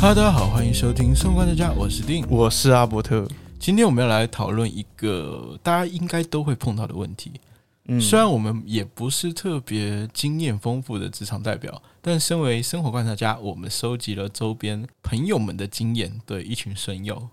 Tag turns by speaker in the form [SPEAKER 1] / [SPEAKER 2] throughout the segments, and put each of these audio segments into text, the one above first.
[SPEAKER 1] Hello，大家好，欢迎收听《送观之家》，我是丁。
[SPEAKER 2] 我是阿伯特。
[SPEAKER 1] 今天我们要来讨论一个大家应该都会碰到的问题。
[SPEAKER 2] 嗯
[SPEAKER 1] 虽然我们也不是特别经验丰富的职场代表，但身为生活观察家，我们收集了周边朋友们的经验，对一群损友。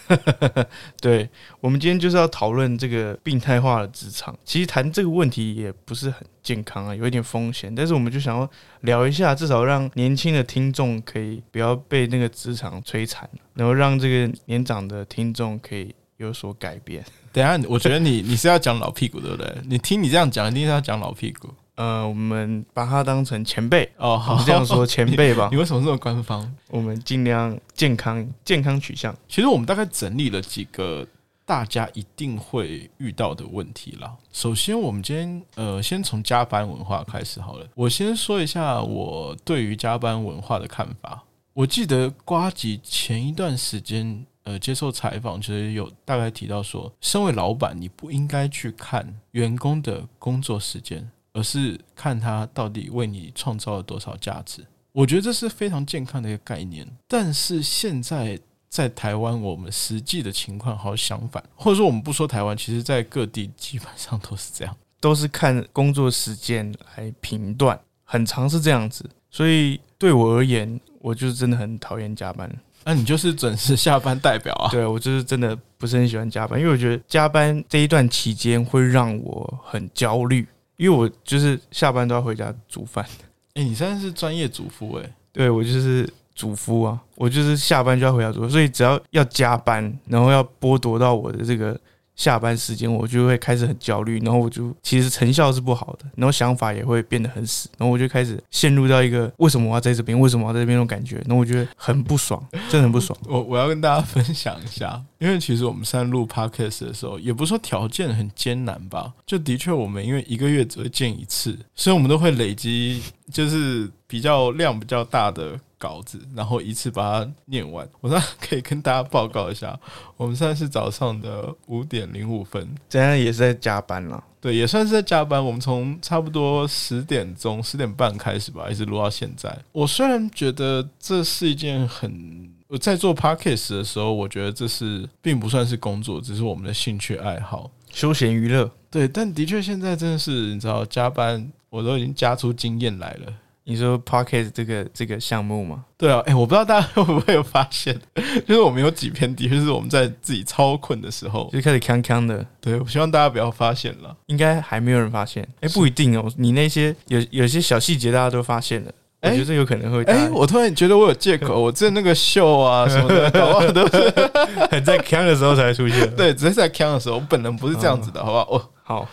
[SPEAKER 2] 对我们今天就是要讨论这个病态化的职场。其实谈这个问题也不是很健康啊，有一点风险。但是我们就想要聊一下，至少让年轻的听众可以不要被那个职场摧残，然后让这个年长的听众可以有所改变。
[SPEAKER 1] 等一下，我觉得你你是要讲老屁股对不对？你听你这样讲，一定是要讲老屁股
[SPEAKER 2] 呃，我们把它当成前辈，
[SPEAKER 1] 哦。
[SPEAKER 2] 我
[SPEAKER 1] 好
[SPEAKER 2] 们，这样说前辈吧
[SPEAKER 1] 你。为什么这么官方？
[SPEAKER 2] 我们尽量健康健康取向。
[SPEAKER 1] 其实我们大概整理了几个大家一定会遇到的问题啦。首先，我们今天呃，先从加班文化开始好了。我先说一下我对于加班文化的看法。我记得瓜吉前一段时间呃接受采访，其实有大概提到说，身为老板，你不应该去看员工的工作时间，而是看他到底为你创造了多少价值。我觉得这是非常健康的一个概念，但是现在在台湾，我们实际的情况好像相反，或者说我们不说台湾，其实在各地基本上都是这样。
[SPEAKER 2] 都是看工作时间来评断，很长是这样子。所以对我而言，我就是真的很讨厌加班。
[SPEAKER 1] 那、你就是准时下班代表啊？
[SPEAKER 2] 对我就是真的不是很喜欢加班，因为我觉得加班这一段期间会让我很焦虑，因为我就是下班都要回家煮饭。
[SPEAKER 1] 哎、你现在是专业主妇哎、
[SPEAKER 2] 对我就是主夫啊，我就是下班就要回家煮，所以只要要加班，然后要剥夺到我的这个下班时间，我就会开始很焦虑，然后我就其实成效是不好的，然后想法也会变得很死，然后我就开始陷入到一个为什么我要在这边，为什么我要在这边那种感觉，然后我觉得很不爽，真的很不 爽。
[SPEAKER 1] 我我要跟大家分享一下，因为其实我们在录 podcast 的时候，也不是说条件很艰难吧，就的确我们因为一个月只会见一次，所以我们都会累积就是比较量比较大的稿子，然后一次把它念完。我那可以跟大家报告一下，我们现在是早上的五点零五分，
[SPEAKER 2] 这样也是在加班啦，
[SPEAKER 1] 对，也算是在加班。我们从差不多十点钟、十点半开始吧，一直录到现在。我虽然觉得这是一件很……我在做 podcast 的时候，我觉得这是并不算是工作，只是我们的兴趣爱好。
[SPEAKER 2] 休闲娱乐。
[SPEAKER 1] 对，但的确现在真的是，你知道，加班我都已经加出经验来了。
[SPEAKER 2] 你说 Pocket 这个这个项目吗？
[SPEAKER 1] 对啊，哎、我不知道大家 会不会有发现，就是我们有几篇的确是我们在自己超困的时候，
[SPEAKER 2] 就开始康康的，
[SPEAKER 1] 对我希望大家不要发现了。
[SPEAKER 2] 应该还没有人发现。哎、不一定哦，你那些有有些小细节大家都发现了，
[SPEAKER 1] 诶
[SPEAKER 2] 我觉得有可能会大
[SPEAKER 1] 哎、
[SPEAKER 2] 家
[SPEAKER 1] 我突然觉得我有借口，我之前那个秀啊什么的，搞不好都是
[SPEAKER 2] 很在康的时候才出现。，
[SPEAKER 1] 对，只是在腔的时候，我本人不是这样子的，好不好？哦，
[SPEAKER 2] 好，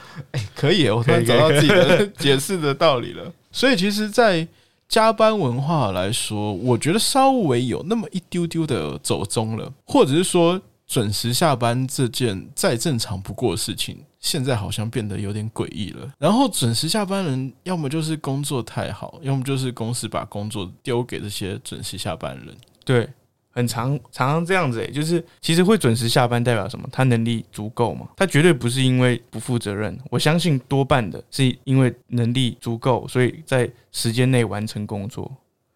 [SPEAKER 1] 可以耶，我突然
[SPEAKER 2] 嗯可
[SPEAKER 1] 找
[SPEAKER 2] 以
[SPEAKER 1] 到
[SPEAKER 2] 可以
[SPEAKER 1] 自己的 解释的道理了。所以其实，在加班文化来说，我觉得稍微有那么一丢丢的走中了，或者是说准时下班这件再正常不过的事情，现在好像变得有点诡异了。然后准时下班人，要么就是工作太好，要么就是公司把工作丢给这些准时下班人。
[SPEAKER 2] 对，很常常常这样子、哎，就是其实会准时下班代表什么？他能力足够嘛？他绝对不是因为不负责任，我相信多半的是因为能力足够，所以在时间内完成工作。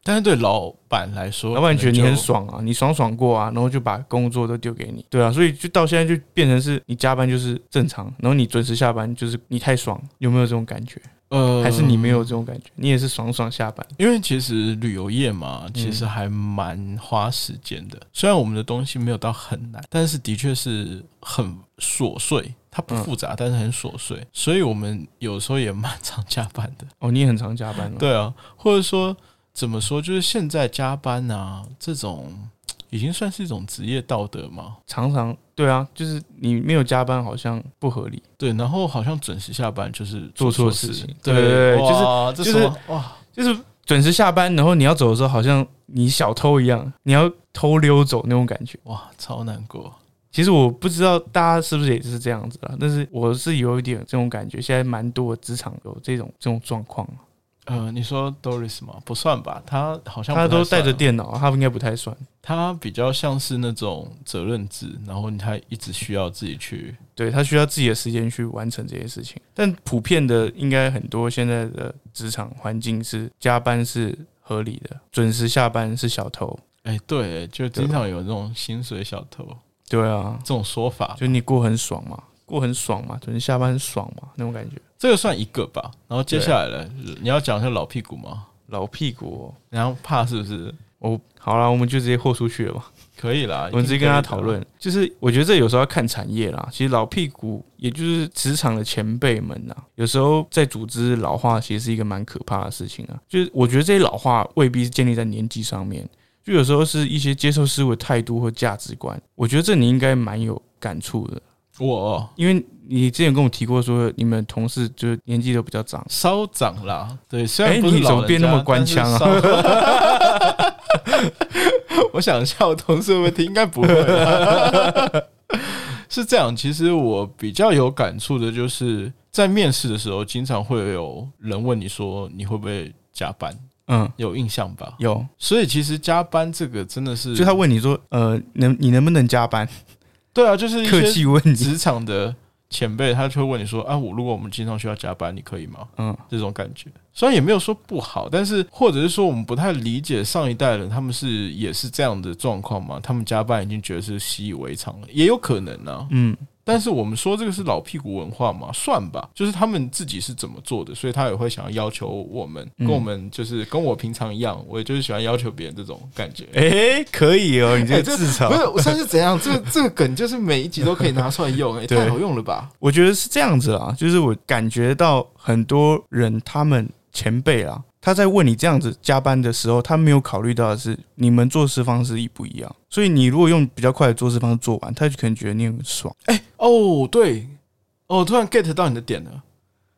[SPEAKER 1] 但是对老板来说，
[SPEAKER 2] 老板觉得你
[SPEAKER 1] 可能
[SPEAKER 2] 很
[SPEAKER 1] 就
[SPEAKER 2] 爽啊，你爽爽过啊，然后就把工作都丢给你，对啊，所以就到现在就变成是你加班就是正常，然后你准时下班就是你太爽，有没有这种感觉？
[SPEAKER 1] 呃，
[SPEAKER 2] 还是你没有这种感觉？你也是爽爽下班，
[SPEAKER 1] 因为其实旅游业嘛，
[SPEAKER 2] 嗯
[SPEAKER 1] 其实还蛮花时间的。虽然我们的东西没有到很难，但是的确是很琐碎，它不复
[SPEAKER 2] 嗯
[SPEAKER 1] 杂，但是很琐碎，所以我们有时候也蛮常加班的。
[SPEAKER 2] 哦，你也很常加班哦，
[SPEAKER 1] 对啊，或者说怎么说，就是现在加班啊这种。已经算是一种职业道德嘛？
[SPEAKER 2] 常常对啊，就是你没有加班好像不合理，
[SPEAKER 1] 对，然后好像准时下班就是
[SPEAKER 2] 做
[SPEAKER 1] 错
[SPEAKER 2] 错事情
[SPEAKER 1] 对
[SPEAKER 2] 对对对就是
[SPEAKER 1] 哇这
[SPEAKER 2] 就是
[SPEAKER 1] 什么哇，
[SPEAKER 2] 就是准时下班，然后你要走的时候好像你小偷一样，你要偷溜走那种感觉。
[SPEAKER 1] 哇，超难过。
[SPEAKER 2] 其实我不知道大家是不是也是这样子啊，但是我是有一点这种感觉，现在蛮多职场有这种这种状况。
[SPEAKER 1] 呃，你说 Doris 吗？不算吧，他好像不太
[SPEAKER 2] 他都带
[SPEAKER 1] 算
[SPEAKER 2] 着
[SPEAKER 1] 啊
[SPEAKER 2] 电脑，他应该不太算。
[SPEAKER 1] 他比较像是那种责任制，然后他一直需要自己去。
[SPEAKER 2] 对他需要自己的时间去完成这些事情。但普遍的，应该很多现在的职场环境是加班是合理的，准时下班是小偷，
[SPEAKER 1] 哎、对，就经常有这种薪水小偷
[SPEAKER 2] 对啊，
[SPEAKER 1] 这种说法，
[SPEAKER 2] 就你过很爽嘛，过很爽嘛，昨天下班很爽嘛，那种感觉。
[SPEAKER 1] 这个算一个吧。然后接下来呢，你要讲一下老屁股吗？
[SPEAKER 2] 老屁股
[SPEAKER 1] 然后怕是不 是？
[SPEAKER 2] 哦，哦好啦，我们就直接豁出去了吧。
[SPEAKER 1] 可以啦，
[SPEAKER 2] 我们直接跟他讨
[SPEAKER 1] 一定可以的
[SPEAKER 2] 论，就是我觉得这有时候要看产业啦。其实老屁股，也就是职场的前辈们呐、有时候在组织老化，其实是一个蛮可怕的事情啊。就是我觉得这些老化未必是建立在年纪上面，就有时候是一些接受事物的态度或价值观。我觉得这你应该蛮有感触的，
[SPEAKER 1] 我哦
[SPEAKER 2] 因为你之前跟我提过说，你们同事就是年纪都比较长。
[SPEAKER 1] 稍长啦，对，虽
[SPEAKER 2] 哎
[SPEAKER 1] 然不是
[SPEAKER 2] 你怎么
[SPEAKER 1] 老人家
[SPEAKER 2] 变那么官腔啊？
[SPEAKER 1] 但是稍 我想一下，我同事会不会听？应该不会啦。 是这样，其实我比较有感触的就是，在面试的时候，经常会有人问你说你会不会加班，
[SPEAKER 2] 嗯，
[SPEAKER 1] 有印象吧？
[SPEAKER 2] 有，
[SPEAKER 1] 所以其实加班这个真的是，
[SPEAKER 2] 就他问你说，呃，能你能不能加班？
[SPEAKER 1] 对啊，就是一
[SPEAKER 2] 客
[SPEAKER 1] 些
[SPEAKER 2] 气问你，
[SPEAKER 1] 职场的前辈，他就会问你说啊，我如果我们经常需要加班，你可以吗？
[SPEAKER 2] 嗯，
[SPEAKER 1] 这种感觉。虽然也没有说不好，但是或者是说我们不太理解上一代人他们是也是这样的状况嘛？他们加班已经觉得是习以为常了，也有可能啊。
[SPEAKER 2] 嗯，
[SPEAKER 1] 但是我们说这个是老屁股文化嘛，算吧，就是他们自己是怎么做的，所以他也会想要要求我们，
[SPEAKER 2] 嗯
[SPEAKER 1] 跟我们就是跟我平常一样，我也就是喜欢要求别人这种感觉。
[SPEAKER 2] 哎、可以哦，你这个
[SPEAKER 1] 这
[SPEAKER 2] 自嘲、
[SPEAKER 1] 不是，我算是怎样？这这个梗就是每一集都可以拿出来用，哎，
[SPEAKER 2] 对
[SPEAKER 1] 太好用了吧？
[SPEAKER 2] 我觉得是这样子啦，就是我感觉到很多人他们前辈啦，他在问你这样子加班的时候，他没有考虑到的是你们做事方式一不一样。所以你如果用比较快的做事方式做完，他就可能觉得你很爽。
[SPEAKER 1] 哦，对，哦，突然 get 到你的点了，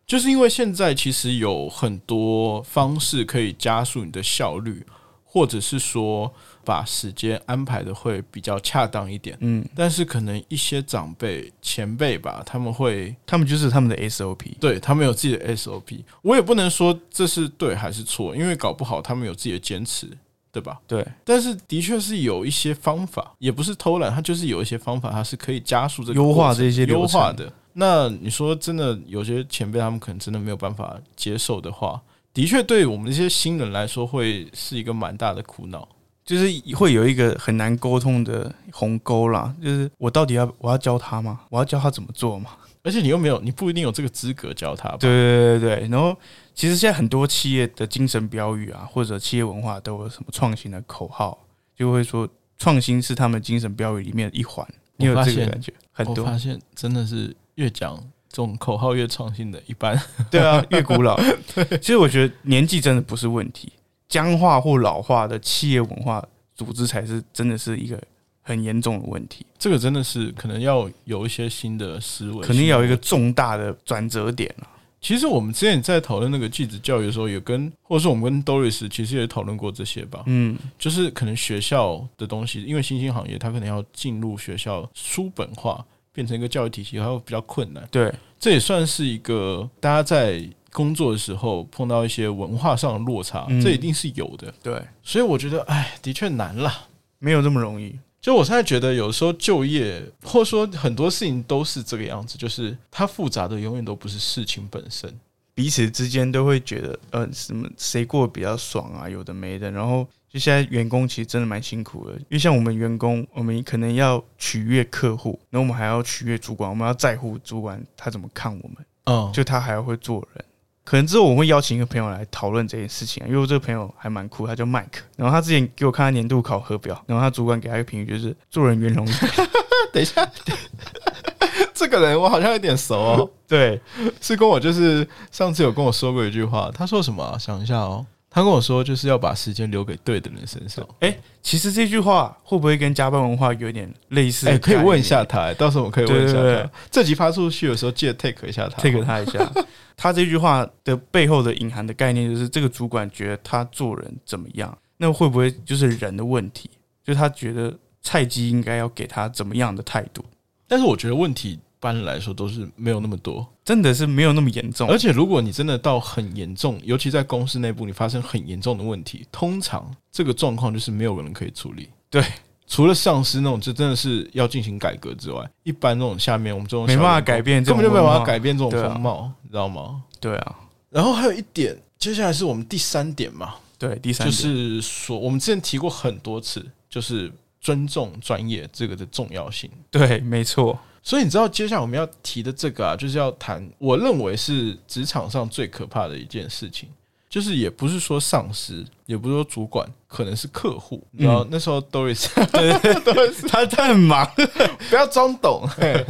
[SPEAKER 1] 就是因为现在其实有很多方式可以加速你的效率，或者是说把时间安排的会比较恰当一点。
[SPEAKER 2] 嗯，
[SPEAKER 1] 但是可能一些长辈、前辈吧，他们会
[SPEAKER 2] 他们就是他们的 SOP。
[SPEAKER 1] 对他们有自己的 SOP，我也不能说这是对还是错，因为搞不好他们有自己的坚持，对吧？
[SPEAKER 2] 对，
[SPEAKER 1] 但是的确是有一些方法，也不是偷懒，它就是有一些方法，它是可以加速这个
[SPEAKER 2] 优化
[SPEAKER 1] 过程
[SPEAKER 2] 这些流
[SPEAKER 1] 优
[SPEAKER 2] 程
[SPEAKER 1] 化的。那你说真的，有些前辈他们可能真的没有办法接受的话，的确对我们这些新人来说会是一个蛮大的苦恼。
[SPEAKER 2] 就是会有一个很难沟通的鸿沟啦，就是我到底要我要教他吗？我要教他怎么做吗？
[SPEAKER 1] 而且你又没有，你不一定有这个资格教他吧？
[SPEAKER 2] 对对对对对，然后其实现在很多企业的精神标语啊，或者企业文化都有什么创新的口号，就会说创新是他们精神标语里面的一环。你有
[SPEAKER 1] 我发
[SPEAKER 2] 这个
[SPEAKER 1] 现
[SPEAKER 2] 感觉？很
[SPEAKER 1] 我
[SPEAKER 2] 多
[SPEAKER 1] 发现真的是越讲这种口号越创新的，一般
[SPEAKER 2] 对啊，越 古老。 其实我觉得年纪真的不是问题，僵化或老化的企业文化组织才是真的是一个很严重的问题，
[SPEAKER 1] 这个真的是可能要有一些新的思维，
[SPEAKER 2] 肯定要有一
[SPEAKER 1] 新
[SPEAKER 2] 个
[SPEAKER 1] 的
[SPEAKER 2] 重大的转折点啊。
[SPEAKER 1] 其实我们之前在讨论那个继子教育的时候，也跟或者是我们跟 Doris 其实也讨论过这些吧，
[SPEAKER 2] 嗯，
[SPEAKER 1] 就是可能学校的东西，因为新兴行业它可能要进入学校书本化，变成一个教育体系，还会比较困难。
[SPEAKER 2] 对，
[SPEAKER 1] 这也算是一个大家在工作的时候碰到一些文化上的落差，
[SPEAKER 2] 嗯
[SPEAKER 1] 这一定是有的。
[SPEAKER 2] 对，
[SPEAKER 1] 所以我觉得，哎，的确难啦。
[SPEAKER 2] 没有这么容易。
[SPEAKER 1] 就我现在觉得，有时候就业或者说很多事情都是这个样子，就是它复杂的永远都不是事情本身。
[SPEAKER 2] 彼此之间都会觉得，呃，什么谁过得比较爽啊，有的没的。然后就现在员工其实真的蛮辛苦的，因为像我们员工，我们可能要取悦客户，然后我们还要取悦主管，我们要在乎主管他怎么看我们，
[SPEAKER 1] 嗯，
[SPEAKER 2] 就他还要会做人。可能之后我会邀请一个朋友来讨论这件事情、啊，因为我这个朋友还蛮酷，他叫麦克。然后他之前给我看他年度考核表，然后他主管给他一个评语就是做人 圆融一点。
[SPEAKER 1] 等一下， 这个人我好像有点熟哦，
[SPEAKER 2] 对，
[SPEAKER 1] 是跟我就是上次有跟我说过一句话，他说什么啊、想一下哦，他跟我说就是要把时间留给对的人身上。
[SPEAKER 2] 其实这句话会不会跟加班文化有点类似？
[SPEAKER 1] 哎、可以问一下。他、哎到时候我们可以问一下他。
[SPEAKER 2] 对对对
[SPEAKER 1] 这集发出去的时候，记得 take 一下他。哦
[SPEAKER 2] take 他一下。他这句话的背后的隐含的概念就是，这个主管觉得他做人怎么样，那会不会就是人的问题？就是他觉得菜鸡应该要给他怎么样的态度？
[SPEAKER 1] 但是我觉得问题一般来说都是没有那么多，
[SPEAKER 2] 真的是没有那么严重
[SPEAKER 1] 而。且如果你真的到很严重，尤其在公司内部你发生很严重的问题，通常这个状况就是没有人可以处理。
[SPEAKER 2] 对，
[SPEAKER 1] 除了上司那种，就真的是要进行改革之外，一般那种下面我们这种
[SPEAKER 2] 没
[SPEAKER 1] 小
[SPEAKER 2] 办法
[SPEAKER 1] 员工
[SPEAKER 2] 改变这
[SPEAKER 1] 根
[SPEAKER 2] 种
[SPEAKER 1] 本就没有办
[SPEAKER 2] 文
[SPEAKER 1] 法
[SPEAKER 2] 化
[SPEAKER 1] 改变这种
[SPEAKER 2] 对啊
[SPEAKER 1] 风貌，你知道吗？
[SPEAKER 2] 对啊，
[SPEAKER 1] 然后还有一点，接下来是我们第三点嘛，
[SPEAKER 2] 对，第
[SPEAKER 1] 就
[SPEAKER 2] 三点
[SPEAKER 1] 是说我们之前提过很多次，就是尊重专业这个的重要性。
[SPEAKER 2] 对，没错，
[SPEAKER 1] 所以你知道，接下来我们要提的这个啊，就是要谈，我认为是职场上最可怕的一件事情，就是也不是说上司，也不是说主管，可能是客户。然后那时候 Doris
[SPEAKER 2] 他他很忙，
[SPEAKER 1] 不要装 懂，嘿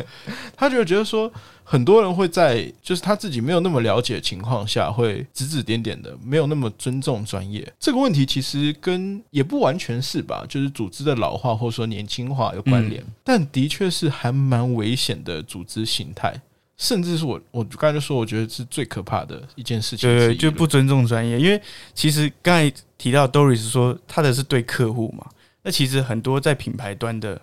[SPEAKER 1] 他就觉得说，很多人会在就是他自己没有那么了解的情况下，会指指点点的，没有那么尊重专业。这个问题其实跟也不完全是吧，就是组织的老化或者说年轻化有关联，
[SPEAKER 2] 嗯
[SPEAKER 1] 但的确是还蛮危险的组织形态。甚至是我，我刚才就说，我觉得是最可怕的一件事情之一了。
[SPEAKER 2] 对对，就不尊重专业。因为其实刚才提到 Doris 说他的是对客户嘛，那其实很多在品牌端的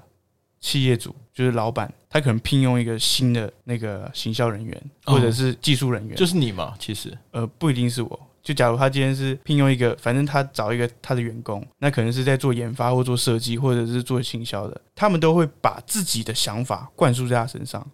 [SPEAKER 2] 企业主就是老板，他可能聘用一个新的那个行销人员
[SPEAKER 1] 哦
[SPEAKER 2] 或者是技术人员，
[SPEAKER 1] 就是你嘛，其实
[SPEAKER 2] 呃不一定是我。就假如他今天是聘用一个，反正他找一个他的员工，那可能是在做研发或做设计，或者是做行销的，他们都会把自己的想法灌输在他身上。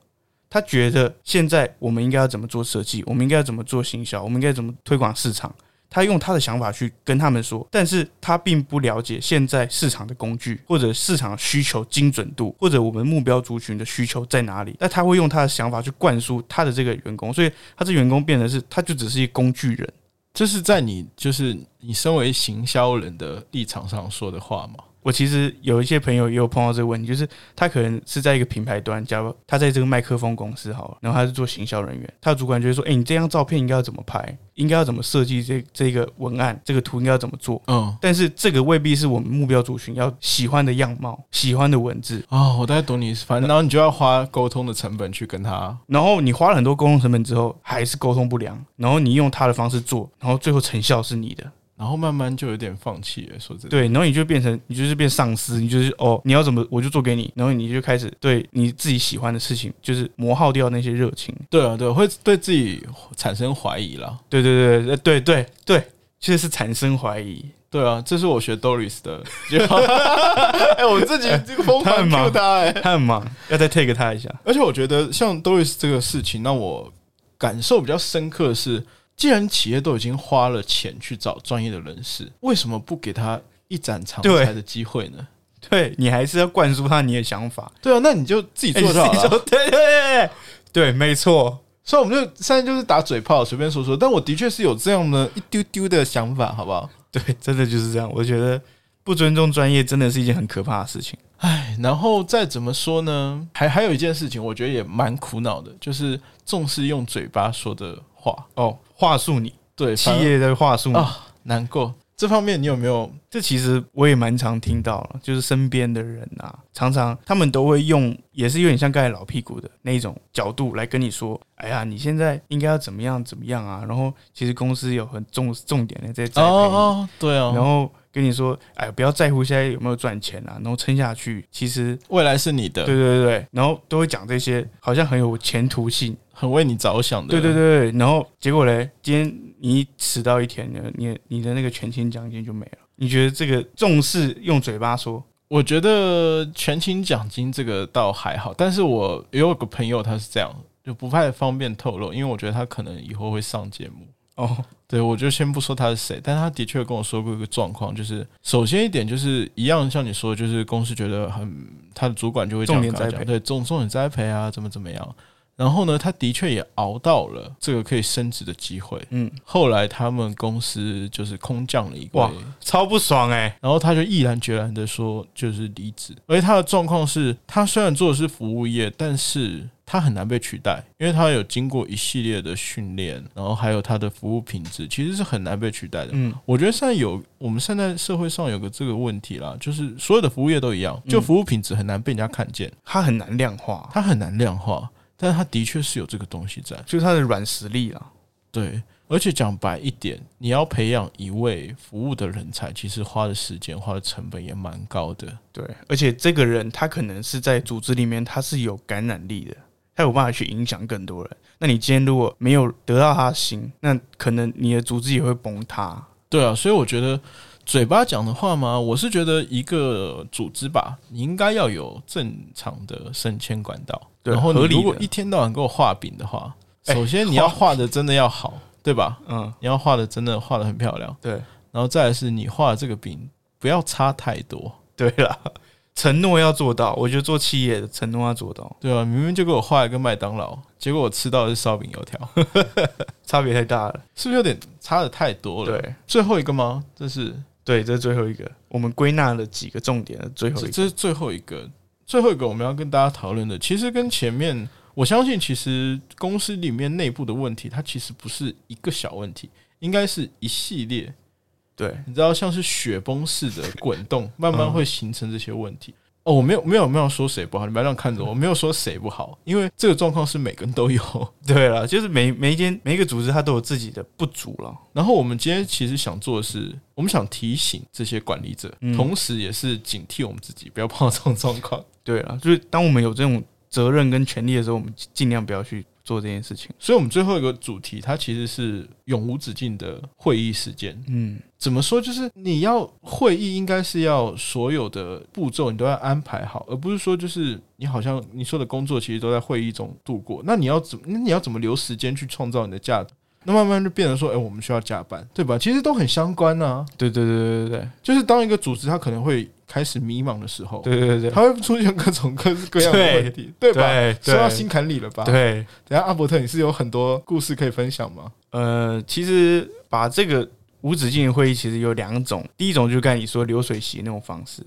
[SPEAKER 2] 他觉得现在我们应该要怎么做设计，我们应该要怎么做行销，我们应该怎么推广市场。他用他的想法去跟他们说，但是他并不了解现在市场的工具或者市场需求精准度，或者我们目标族群的需求在哪里。那他会用他的想法去灌输他的这个员工，所以他这员工变得是，他就只是一个工具人。
[SPEAKER 1] 这是在你就是你身为行销人的立场上说的话嘛。
[SPEAKER 2] 我其实有一些朋友也有碰到这个问题，就是他可能是在一个品牌端，假如他在这个麦克风公司好了，然后他是做行销人员，他的主管就会说：“哎、你这张照片应该要怎么拍？应该要怎么设计这这个文案？这个图应该要怎么做？”
[SPEAKER 1] 嗯，
[SPEAKER 2] 但是这个未必是我们目标族群要喜欢的样貌、喜欢的文字。
[SPEAKER 1] 哦，我大概懂你意思，反正然后你就要花沟通的成本去跟他，
[SPEAKER 2] 然后你花了很多沟通成本之后，还是沟通不良，然后你用他的方式做，然后最后成效是你的，
[SPEAKER 1] 然后慢慢就有点放弃了。说真的，
[SPEAKER 2] 对，然后你就变成你就是变上司，你就是哦，你要怎么我就做给你，然后你就开始对你自己喜欢的事情，就是磨耗掉那些热情。
[SPEAKER 1] 对啊，对啊，会对自己产生怀疑啦。
[SPEAKER 2] 对对对对对对对，确实是产生怀疑。
[SPEAKER 1] 对啊，这是我学 Doris 的。 哎、我自己这个疯
[SPEAKER 2] 他很
[SPEAKER 1] 狂
[SPEAKER 2] 忙
[SPEAKER 1] Q 他哎、
[SPEAKER 2] 他很忙，要再 take 他一下。
[SPEAKER 1] 而且我觉得像 Doris 这个事情，让我感受比较深刻的是，既然企业都已经花了钱去找专业的人士，为什么不给他一展长
[SPEAKER 2] 对
[SPEAKER 1] 才的机会呢？
[SPEAKER 2] 对你还是要灌输他你的想法，
[SPEAKER 1] 对啊，那你就自己做
[SPEAKER 2] 哎
[SPEAKER 1] 就好
[SPEAKER 2] 你自己
[SPEAKER 1] 了。
[SPEAKER 2] 说 对对对对对，没错。
[SPEAKER 1] 所以我们就现在就是打嘴炮，随便说说。但我的确是有这样的一丢丢的想法，好不好？
[SPEAKER 2] 对，真的就是这样。我觉得不尊重专业真的是一件很可怕的事情。
[SPEAKER 1] 唉，然后再怎么说呢？还还有一件事情，我觉得也蛮苦恼的，就是重视用嘴巴说的话。
[SPEAKER 2] 哦，话术你，
[SPEAKER 1] 对，
[SPEAKER 2] 企
[SPEAKER 1] 反而
[SPEAKER 2] 业的话术你，
[SPEAKER 1] 啊，难过这方面你有没有？
[SPEAKER 2] 这其实我也蛮常听到了，就是身边的人啊，常常他们都会用，也是有点像刚才老屁股的那一种角度来跟你说，哎呀，你现在应该要怎么样怎么样啊。然后其实公司有很重重点的在栽培你，
[SPEAKER 1] 哦，对
[SPEAKER 2] 然
[SPEAKER 1] 哦，
[SPEAKER 2] 后跟你说，哎，不要在乎现在有没有赚钱啊，然后撑下去。其实，
[SPEAKER 1] 未来是你的，
[SPEAKER 2] 对对对，然后都会讲这些，好像很有前途性。
[SPEAKER 1] 很为你着想的。
[SPEAKER 2] 对对，对，对然后结果嘞，今天你迟到一天呢，你你的那个全勤奖金就没了。你觉得这个重视用嘴巴说，
[SPEAKER 1] 我觉得全勤奖金这个倒还好，但是我也有个朋友他是这样，就不太方便透露，因为我觉得他可能以后会上节目。
[SPEAKER 2] 哦，
[SPEAKER 1] 对，我就先不说他是谁，但他的确跟我说过一个状况，就是首先一点就是一样，像你说的，就是公司觉得很他的主管就会这样
[SPEAKER 2] 重点
[SPEAKER 1] 跟他
[SPEAKER 2] 栽
[SPEAKER 1] 讲
[SPEAKER 2] 培
[SPEAKER 1] 对重重点栽培啊，怎么怎么样。然后呢，他的确也熬到了这个可以升职的机会。
[SPEAKER 2] 嗯，
[SPEAKER 1] 后来他们公司就是空降了一
[SPEAKER 2] 哇
[SPEAKER 1] 位，
[SPEAKER 2] 超不爽哎、
[SPEAKER 1] 然后他就毅然决然的说就是离职。而且他的状况是，他虽然做的是服务业，但是他很难被取代，因为他有经过一系列的训练，然后还有他的服务品质，其实是很难被取代的。
[SPEAKER 2] 嗯，
[SPEAKER 1] 我觉得现在有我们现在社会上有个这个问题啦，就是所有的服务业都一样，就服务品质很难被人家看见，
[SPEAKER 2] 他很难量化，
[SPEAKER 1] 它很难量化，但是它的确是有这个东西在。
[SPEAKER 2] 就是他的软实力啊啦。
[SPEAKER 1] 对，而且讲白一点，你要培养一位服务的人才，其实花的时间、花的成本也蛮高的。
[SPEAKER 2] 对，而且这个人他可能是在组织里面，他是有感染力的，他有办法去影响更多人。那你今天如果没有得到他的心，那可能你的组织也会崩塌。
[SPEAKER 1] 对啊，所以我觉得嘴巴讲的话嘛，我是觉得一个组织吧，你应该要有正常的升迁管道。
[SPEAKER 2] 对
[SPEAKER 1] 然后你
[SPEAKER 2] 合理的
[SPEAKER 1] 如果一天到晚给我画饼的话，
[SPEAKER 2] 哎
[SPEAKER 1] 首先你要画的真的要好，对吧？
[SPEAKER 2] 嗯，
[SPEAKER 1] 你要画的真的画的很漂亮，
[SPEAKER 2] 对，
[SPEAKER 1] 然后再来是你画的这个饼不要差太多，
[SPEAKER 2] 对啦，承诺要做到，我觉得做企业的承诺要做到，
[SPEAKER 1] 对吧、明明就给我画一个麦当劳，结果我吃到的是烧饼油条，
[SPEAKER 2] 差别太大了。
[SPEAKER 1] 是不是有点差的太多了？
[SPEAKER 2] 对
[SPEAKER 1] 最后一个吗？这是
[SPEAKER 2] 对，这是最后一个，我们归纳了几个重点的最后
[SPEAKER 1] 这
[SPEAKER 2] 一个，
[SPEAKER 1] 这是最后一个，最后一个我们要跟大家讨论的，其实跟前面我相信，其实公司里面内部的问题，它其实不是一个小问题，应该是一系列，
[SPEAKER 2] 对
[SPEAKER 1] 你知道像是雪崩式的滚
[SPEAKER 2] 嗯
[SPEAKER 1] 动，慢慢会形成这些问题。哦，我没有没有没有说谁不好，你不要这样看着我，我没有说谁不好，因为这个状况是每个人都有。
[SPEAKER 2] 对啦，就是每每一间每一个组织它都有自己的不足了，
[SPEAKER 1] 然后我们今天其实想做的是，我们想提醒这些管理者，
[SPEAKER 2] 嗯
[SPEAKER 1] 同时也是警惕我们自己，不要碰到这种状况。
[SPEAKER 2] 对啦，就是当我们有这种责任跟权利的时候，我们尽量不要去做这件事情。
[SPEAKER 1] 所以，我们最后一个主题，它其实是永无止境的会议时间。
[SPEAKER 2] 嗯，
[SPEAKER 1] 怎么说？就是你要会议，应该是要所有的步骤你都要安排好，而不是说就是你好像你说的工作其实都在会议中度过。那你要怎么？那你要怎么留时间去创造你的价值？那慢慢就变成说，哎、我们需要加班，对吧？其实都很相关啊。
[SPEAKER 2] 对对对对对
[SPEAKER 1] 就是当一个组织它可能会开始迷茫的时候，
[SPEAKER 2] 对对对对
[SPEAKER 1] 它会出现各种各式各样的问题，对吧？
[SPEAKER 2] 对
[SPEAKER 1] 说到
[SPEAKER 2] 对
[SPEAKER 1] 心坎里了吧？
[SPEAKER 2] 对，
[SPEAKER 1] 等一下阿伯特，你是有很多故事可以分享吗？
[SPEAKER 2] 呃，其实把这个无止境的会议其实有两种，第一种就刚才你说流水席那种方式，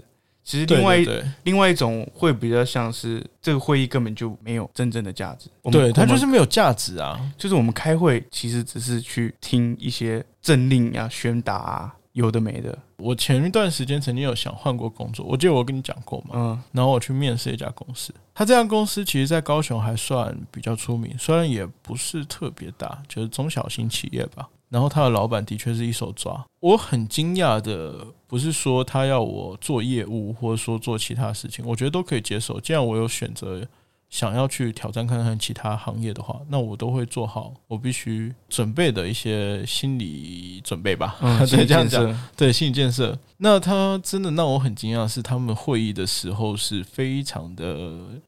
[SPEAKER 2] 其实另外一
[SPEAKER 1] 对
[SPEAKER 2] 另外一种会比较像是这个会议根本就没有真正的价值，我们
[SPEAKER 1] 对，它
[SPEAKER 2] 我们
[SPEAKER 1] 就是没有价值啊。
[SPEAKER 2] 就是我们开会其实只是去听一些政令啊、宣达啊，有的没的，
[SPEAKER 1] 我前一段时间曾经有想换过工作，我记得我跟你讲过嘛。
[SPEAKER 2] 嗯
[SPEAKER 1] 然后我去面试一家公司，他这家公司其实，在高雄还算比较出名，虽然也不是特别大，就是中小型企业吧。然后他的老板的确是一手抓。我很惊讶的，不是说他要我做业务，或者说做其他事情，我觉得都可以接受。既然我有选择想要去挑战看看其他行业的话，那我都会做好我必须准备的一些心理准备吧。
[SPEAKER 2] 嗯，
[SPEAKER 1] 对，这样
[SPEAKER 2] 心
[SPEAKER 1] 讲
[SPEAKER 2] 理。建设
[SPEAKER 1] 对心理建设。那他真的让我很惊讶，是他们会议的时候是非常的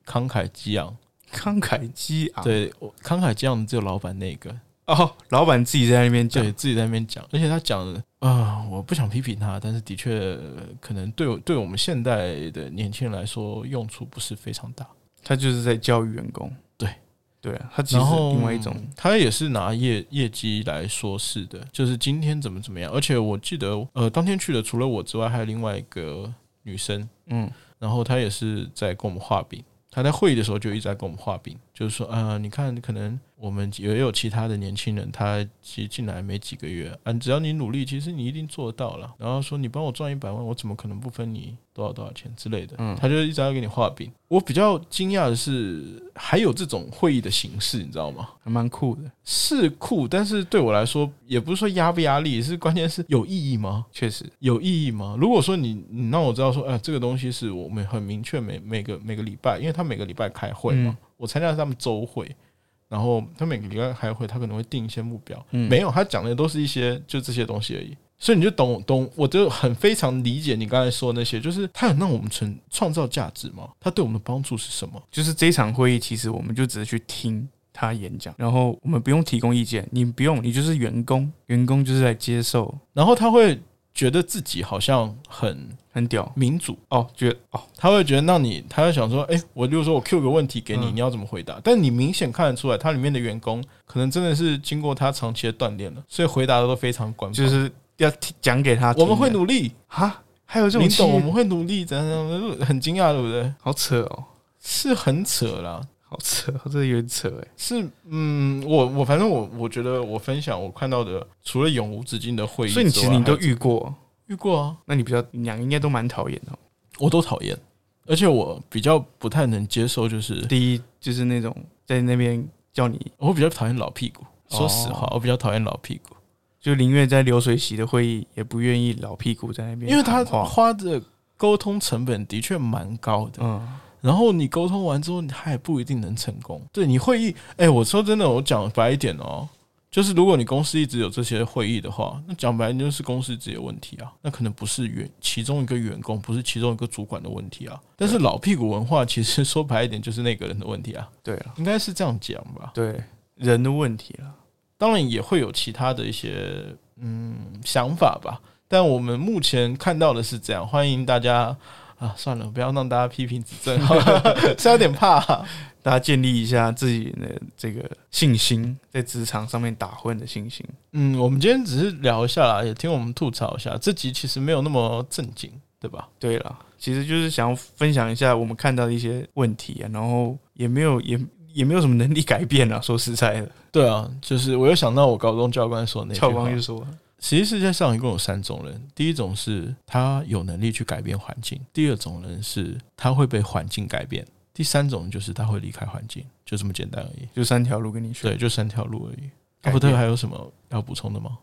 [SPEAKER 1] 慷慨激昂。
[SPEAKER 2] 慷慨激昂，
[SPEAKER 1] 对，我慷慨激昂的只有老板那个，
[SPEAKER 2] 哦，老板自己在那边讲
[SPEAKER 1] 对，自己在那边讲，而且他讲的啊、我不想批评他，但是的确呃可能对我对我们现代的年轻人来说用处不是非常大。
[SPEAKER 2] 他就是在教育员工，
[SPEAKER 1] 对
[SPEAKER 2] 对啊，他其实
[SPEAKER 1] 然
[SPEAKER 2] 是
[SPEAKER 1] 后
[SPEAKER 2] 另外一种，
[SPEAKER 1] 他也是拿业业绩来说事的，就是今天怎么怎么样。而且我记得，呃，当天去的除了我之外，还有另外一个女生，
[SPEAKER 2] 嗯，
[SPEAKER 1] 然后他也是在跟我们画饼。他在会议的时候就一直在跟我们画饼，就是说，啊，你看，可能我们也有其他的年轻人，他其实进来没几个月，啊，只要你努力，其实你一定做到了。然后说，你帮我赚一百万，我怎么可能不分你多少多少钱之类的？
[SPEAKER 2] 嗯
[SPEAKER 1] 他就一直在给你画饼。我比较惊讶的是，还有这种会议的形式，你知道吗？
[SPEAKER 2] 还蛮酷的，
[SPEAKER 1] 是酷，但是对我来说，也不是说压不压力，是关键是有意义吗？
[SPEAKER 2] 确实，
[SPEAKER 1] 有意义吗？如果说你你让我知道说，哎、这个东西是我们很明确每每个每个礼拜，因为他每个礼拜开会嘛，
[SPEAKER 2] 嗯
[SPEAKER 1] 我参加他们周会，然后他每个礼拜开会，他可能会定一些目标，
[SPEAKER 2] 嗯
[SPEAKER 1] 没有，他讲的都是一些就这些东西而已。所以你就懂懂，我就很非常理解你刚才说的那些，就是他有让我们存创造价值吗？他对我们的帮助是什么？
[SPEAKER 2] 就是这一场会议，其实我们就只是去听他演讲，然后我们不用提供意见，你不用，你就是员工，员工就是来接受，
[SPEAKER 1] 然后他会觉得自己好像很
[SPEAKER 2] 很屌
[SPEAKER 1] 民主，
[SPEAKER 2] 哦，觉得哦，
[SPEAKER 1] 他会觉得让你，他会想说，哎、我就说我 Q 个问题给你，
[SPEAKER 2] 嗯
[SPEAKER 1] 你要怎么回答？但你明显看得出来，他里面的员工可能真的是经过他长期的锻炼了，所以回答的都非常官方。
[SPEAKER 2] 就是要听讲给他听的，
[SPEAKER 1] 我们会努力，
[SPEAKER 2] 哈，还有这种
[SPEAKER 1] 你
[SPEAKER 2] 企
[SPEAKER 1] 懂，我
[SPEAKER 2] 业，
[SPEAKER 1] 们会努力，怎样怎样，很惊讶，对不对？
[SPEAKER 2] 好扯哦，
[SPEAKER 1] 是很扯啦，
[SPEAKER 2] 好扯，这有点扯哎，
[SPEAKER 1] 是嗯，我我反正我我觉得我分享我看到的，除了永无止境的会议之外，
[SPEAKER 2] 所以你其实你都
[SPEAKER 1] 哦还
[SPEAKER 2] 遇过，
[SPEAKER 1] 遇过啊，
[SPEAKER 2] 那你比较你俩应该都蛮讨厌的哦。
[SPEAKER 1] 我都讨厌，而且我比较不太能接受，就是
[SPEAKER 2] 第一就是那种在那边叫你，
[SPEAKER 1] 我比较讨厌老屁股。说实话
[SPEAKER 2] 哦，
[SPEAKER 1] 我比较讨厌老屁股。
[SPEAKER 2] 就宁愿在流水席的会议，也不愿意老屁股在那边
[SPEAKER 1] 因为他
[SPEAKER 2] 喊话
[SPEAKER 1] 花的沟通成本的确蛮高的，
[SPEAKER 2] 嗯，
[SPEAKER 1] 然后你沟通完之后，他也不一定能成功。对，你会议，哎、我说真的，我讲白一点哦，就是如果你公司一直有这些会议的话，那讲白就是公司自己的问题啊，那可能不是员其中一个员工，不是其中一个主管的问题啊。但是老屁股文化其实说白一点就是那个人的问题啊，
[SPEAKER 2] 对了，
[SPEAKER 1] 应该是这样讲吧。
[SPEAKER 2] 对人的问题了，
[SPEAKER 1] 当然也会有其他的一些嗯想法吧，但我们目前看到的是这样，欢迎大家啊，算了，不要让大家批评指正，好了 现在有点怕、
[SPEAKER 2] 大家建立一下自己的这个信心，在职场上面打混的信心。
[SPEAKER 1] 嗯，我们今天只是聊一下啦，也听我们吐槽一下，这集其实没有那么正经，对吧？
[SPEAKER 2] 对了，其实就是想要分享一下我们看到的一些问题啊，然后也没有也也没有什么能力改变啊。说 实在的，
[SPEAKER 1] 对啊，就是我又想到我高中教官说的那句
[SPEAKER 2] 教
[SPEAKER 1] 话，
[SPEAKER 2] 官就说，啊
[SPEAKER 1] 其实世界上一共有三种人，第一种是他有能力去改变环境，第二种人是他会被环境改变，第三种就是他会离开环境，就这么简单而已。
[SPEAKER 2] 就三条路跟你选。
[SPEAKER 1] 对，就三条路而已。阿
[SPEAKER 2] 改
[SPEAKER 1] 伯特
[SPEAKER 2] 变
[SPEAKER 1] 还有什么要补充的吗？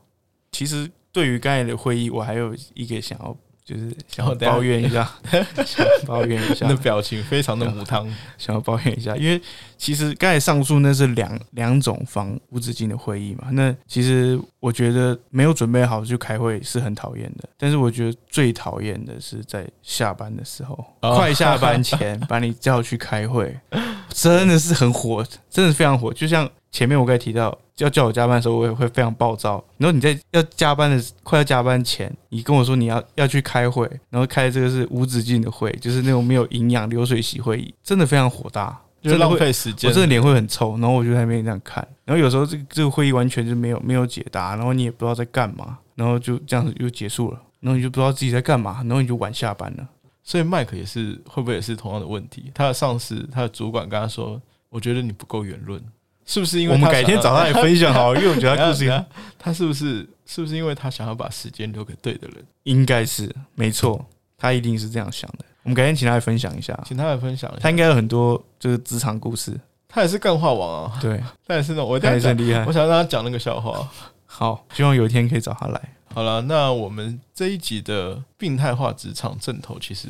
[SPEAKER 2] 其实对于刚才的会议，我还有一个想要就是想
[SPEAKER 1] 哦
[SPEAKER 2] 要
[SPEAKER 1] 等一下
[SPEAKER 2] 抱怨一下， 想要抱怨哦一下
[SPEAKER 1] 你的，表情非常
[SPEAKER 2] 啊
[SPEAKER 1] 的母汤，
[SPEAKER 2] 想要抱怨一下，因为其实刚才上述那是两两种防无止境的会议嘛。那其实我觉得没有准备好就开会是很讨厌的，但是我觉得最讨厌的是在下班的时候，
[SPEAKER 1] 哦
[SPEAKER 2] 快下班前把你叫去开会， 真的是很火，真的是非常火。就像前面我刚才提到，要叫我加班的时候，我也会非常暴躁。然后你在要加班的快要加班前，你跟我说你要要去开会，然后开这个是无止境的会，就是那种没有营养流水席会议，真的非常火大。
[SPEAKER 1] 就是
[SPEAKER 2] 真的
[SPEAKER 1] 浪
[SPEAKER 2] 会
[SPEAKER 1] 费时间。
[SPEAKER 2] 我真的脸会很臭，然后我就在那边这样看，然后有时候这个这个会议完全就没有没有解答，然后你也不知道在干嘛，然后就这样子就结束了，然后你就不知道自己在干嘛，然后你就晚下班了。
[SPEAKER 1] 所以麦克也是会不会也是同样的问题？他的上司、他的主管跟他说：“我觉得你不够圆润，是不是因为
[SPEAKER 2] 我们
[SPEAKER 1] 他
[SPEAKER 2] 改天
[SPEAKER 1] 想要
[SPEAKER 2] 找他 来分享好了，因为我觉得他
[SPEAKER 1] 他
[SPEAKER 2] 故事
[SPEAKER 1] 他是不是是不是因为他想要把时间留给对的人？
[SPEAKER 2] 应该是没错，他一定是这样想的。我们改天请他来分享一下，
[SPEAKER 1] 请他来分享一下。
[SPEAKER 2] 他应该有很多就是职场故事，
[SPEAKER 1] 他也是干话王啊，
[SPEAKER 2] 对，
[SPEAKER 1] 他也是那种我一定
[SPEAKER 2] 他
[SPEAKER 1] 要
[SPEAKER 2] 也是
[SPEAKER 1] 讲
[SPEAKER 2] 很厉害
[SPEAKER 1] 我。想让他讲那个笑话。
[SPEAKER 2] 好，希望有一天可以找他来。
[SPEAKER 1] 好了，那我们这一集的病态化职场正头，其实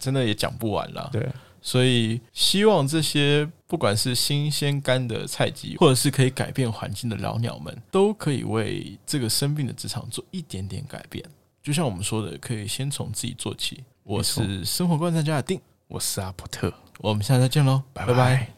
[SPEAKER 1] 真的也讲不完啦。
[SPEAKER 2] 对，
[SPEAKER 1] 所以希望这些不管是新鲜干的菜鸡，或者是可以改变环境的老鸟们，都可以为这个生病的职场做一点点改变。就像我们说的，可以先从自己做起。我
[SPEAKER 2] 没错
[SPEAKER 1] 是生活观察家的定，
[SPEAKER 2] 我是阿伯特，
[SPEAKER 1] 我们下次再见喽，拜
[SPEAKER 2] 拜
[SPEAKER 1] 拜
[SPEAKER 2] 拜